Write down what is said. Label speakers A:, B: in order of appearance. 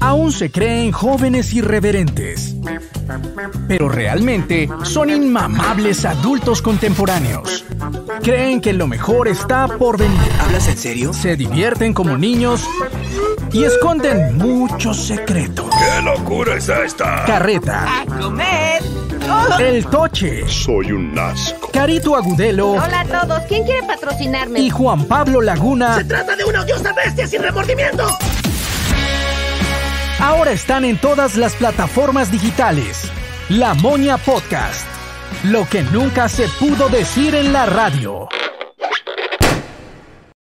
A: aún se creen jóvenes irreverentes, pero realmente son inmamables adultos contemporáneos. Creen que lo mejor está por venir.
B: ¿Hablas en serio?
A: Se divierten como niños y esconden muchos secretos.
C: ¡Qué locura es esta!
A: Carreta.
D: ¡A comer!
A: El Toche,
C: Soy un asco.
A: Carito Agudelo
E: Hola a todos, ¿quién quiere patrocinarme?
A: y Juan Pablo Laguna
B: ¡Trata de una odiosa bestia sin remordimientos!
A: ahora están en todas las plataformas digitales. La Moña Podcast. Lo que nunca se pudo decir en la radio.